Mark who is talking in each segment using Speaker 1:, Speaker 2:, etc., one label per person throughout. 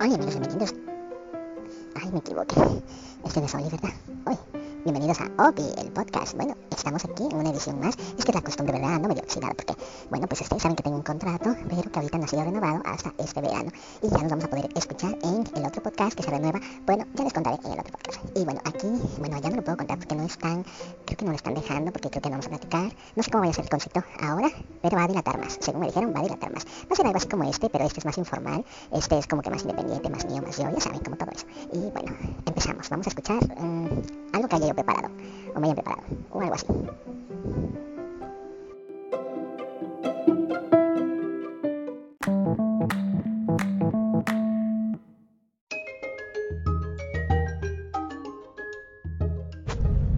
Speaker 1: Oye, pero se me quitó. Ay, me equivoqué. Este no es Oli, ¿verdad? Hoy. Bienvenidos a Obi, el podcast. Bueno, estamos aquí en una edición más. Es que la costumbre, ¿verdad? No medio oxidada, porque, bueno, pues ustedes saben que tengo un contrato, pero que ahorita no ha sido renovado hasta este verano. Y ya nos vamos a poder escuchar en el otro podcast que se renueva. Bueno, ya les contaré en el otro podcast. Y bueno, aquí, bueno, ya no lo puedo contar porque no están, creo que no lo están dejando, porque creo que no vamos a platicar. No sé cómo vaya a ser el concepto ahora, pero va a dilatar más. Según me dijeron, va a dilatar más. No será algo así como este, pero este es más informal. Este es como que más independiente, más mío, más yo, ya saben, como todo eso. Y bueno, empezamos. Vamos a escuchar mm, algo que haya yo preparado, o me hayan preparado, o algo así.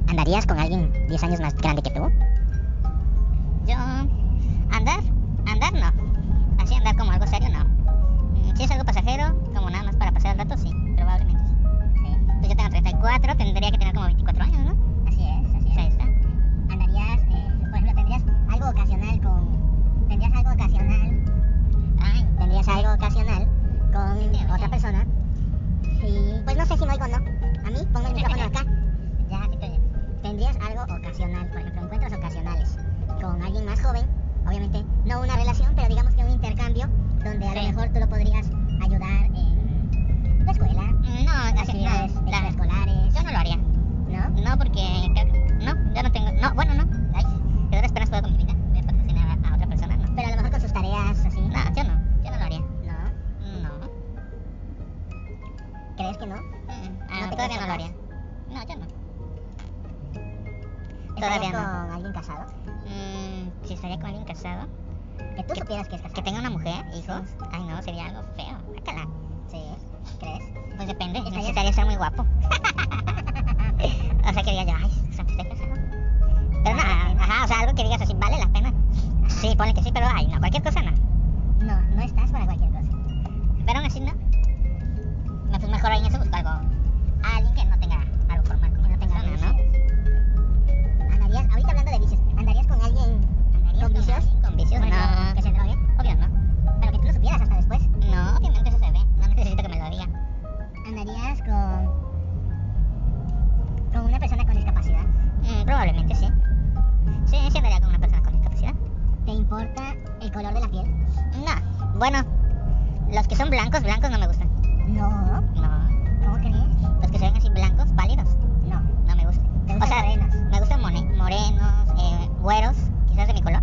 Speaker 1: ¿Andarías con alguien 10 años más grande que tú?
Speaker 2: Yo. Andar, andar no. Así andar como algo serio no. Mm, Si es algo pasajero, como nada más para pasar el rato, sí, probablemente sí. Pues yo tengo 34, tendría que tener como 24 años, ¿no?
Speaker 1: Así es, así
Speaker 2: O sea, ahí está.
Speaker 1: ¿Andarías,
Speaker 2: eh,
Speaker 1: por ejemplo, tendrías algo ocasional con... ¿Tendrías algo ocasional?
Speaker 2: Ay,
Speaker 1: ¿Tendrías algo ocasional con otra persona? Sí. Pues no sé si me oigo o no. A mí, pongo el micrófono acá.
Speaker 2: ya, sí te oye.
Speaker 1: ¿Tendrías algo ocasional? Por ejemplo, encuentros ocasionales con alguien más joven. Obviamente, no una relación, pero digamos que un intercambio donde a lo
Speaker 2: Sí.
Speaker 1: mejor tú lo podrías ayudar en la escuela,
Speaker 2: Mm, No, así no.
Speaker 1: actividades
Speaker 2: la-
Speaker 1: extraescolares,
Speaker 2: Yo no lo haría.
Speaker 1: ¿no?
Speaker 2: No, porque creo que. No, yo no tengo. No, bueno, no. Ay, que dar esperanza toda con mi vida. Voy a patrocinar a, a otra persona, no.
Speaker 1: Pero a lo mejor con sus tareas así,
Speaker 2: No, yo no. Yo no lo haría.
Speaker 1: ¿no?
Speaker 2: No.
Speaker 1: ¿Crees que no?
Speaker 2: Mm,
Speaker 1: ¿No
Speaker 2: ah,
Speaker 1: te
Speaker 2: todavía no lo
Speaker 1: casarías?
Speaker 2: haría. No, yo no.
Speaker 1: ¿Estarías
Speaker 2: Todavía
Speaker 1: con
Speaker 2: no.
Speaker 1: alguien casado?
Speaker 2: Mm, si estaría con alguien casado,
Speaker 1: Que tú supieras que es
Speaker 2: que
Speaker 1: casado.
Speaker 2: tenga una mujer, hijos, ay no, sería algo feo. Bácala.
Speaker 1: Sí, ¿crees?
Speaker 2: Pues depende,
Speaker 1: Estaría-
Speaker 2: necesitaría ser muy guapo. o sea, que diga yo, ay, o sea, estoy casado. Pero no, ajá, o sea, algo que digas así, vale la pena. Sí, ponle que sí, pero ay, no, cualquier cosa no.
Speaker 1: No, no estás para cualquier cosa.
Speaker 2: Pero aún así no. No, pues mejor ahí en eso busco algo. Alguien que no tenga algo formal, como
Speaker 1: Que
Speaker 2: una
Speaker 1: no tengas
Speaker 2: persona, ¿no?
Speaker 1: vicios. Andarías, ahorita hablando de vicios, ¿andarías con alguien
Speaker 2: ¿Andarías
Speaker 1: ¿Con vicios?
Speaker 2: alguien Con vicios,
Speaker 1: por ejemplo,
Speaker 2: no.
Speaker 1: que se drogue?
Speaker 2: Obvio no.
Speaker 1: Pero que tú lo supieras hasta después.
Speaker 2: No, obviamente eso se ve. No necesito que me lo diga.
Speaker 1: ¿Andarías con... con una persona con discapacidad?
Speaker 2: Mm, probablemente sí. Sí, sí andaría con una persona con discapacidad.
Speaker 1: ¿Te importa el color de la piel?
Speaker 2: No, bueno, los que son blancos, blancos no me gustan.
Speaker 1: No.
Speaker 2: No,
Speaker 1: ¿Cómo crees?
Speaker 2: los que se ven así blancos, pálidos,
Speaker 1: No.
Speaker 2: no me gustan.
Speaker 1: ¿Te
Speaker 2: O
Speaker 1: gustan
Speaker 2: sea,
Speaker 1: morenos?
Speaker 2: me gustan mone- morenos, eh, güeros, quizás de mi color,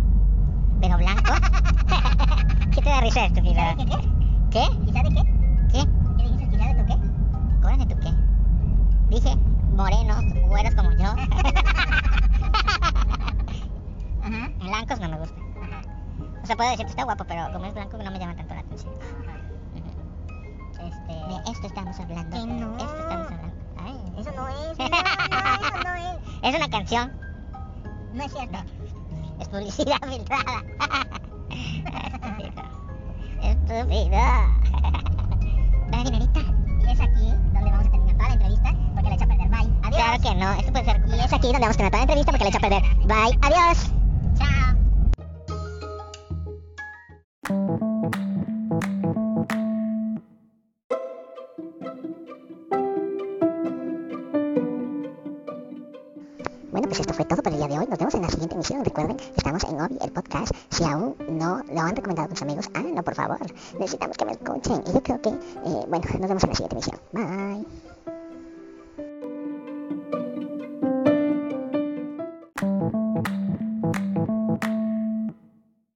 Speaker 2: pero blancos. ¿Qué te da risa, estúpida?
Speaker 1: ¿Sabes qué? qué?
Speaker 2: ¿Qué?
Speaker 1: ¿Quizá de qué?
Speaker 2: ¿Qué?
Speaker 1: ¿Qué dijiste? ¿Quizá de tu qué?
Speaker 2: Cóbrame tú qué. Dije morenos, güeros como yo.
Speaker 1: Ajá.
Speaker 2: blancos no me gustan.
Speaker 1: Ajá.
Speaker 2: O sea, puedo decirte está guapo, pero como es blanco no me llama tanto la atención. Ujú.
Speaker 1: Este...
Speaker 2: De esto estamos hablando.
Speaker 1: Que no.
Speaker 2: Esto estamos hablando. Ay.
Speaker 1: Eso no es, no, no, eso no es.
Speaker 2: Es una canción.
Speaker 1: No es cierto.
Speaker 2: Es publicidad filtrada. Estúpido. Estúpido. Dame dinerita.
Speaker 1: Y es aquí donde vamos a terminar toda la entrevista porque la echa a perder. Bye. Adiós.
Speaker 2: Claro que no. Esto puede ser
Speaker 1: Y
Speaker 2: recuperado.
Speaker 1: es aquí donde vamos a terminar toda la entrevista porque la echa a perder. Bye. Adiós.
Speaker 2: Chao.
Speaker 1: Bueno, pues esto fue todo por el día de hoy. Nos vemos en la siguiente emisión. Recuerden, estamos en Obi, el podcast. Si aún no lo han recomendado con sus amigos, háganlo, por favor. Necesitamos que me escuchen. Y yo creo que, eh, bueno, nos vemos en la siguiente emisión. Bye.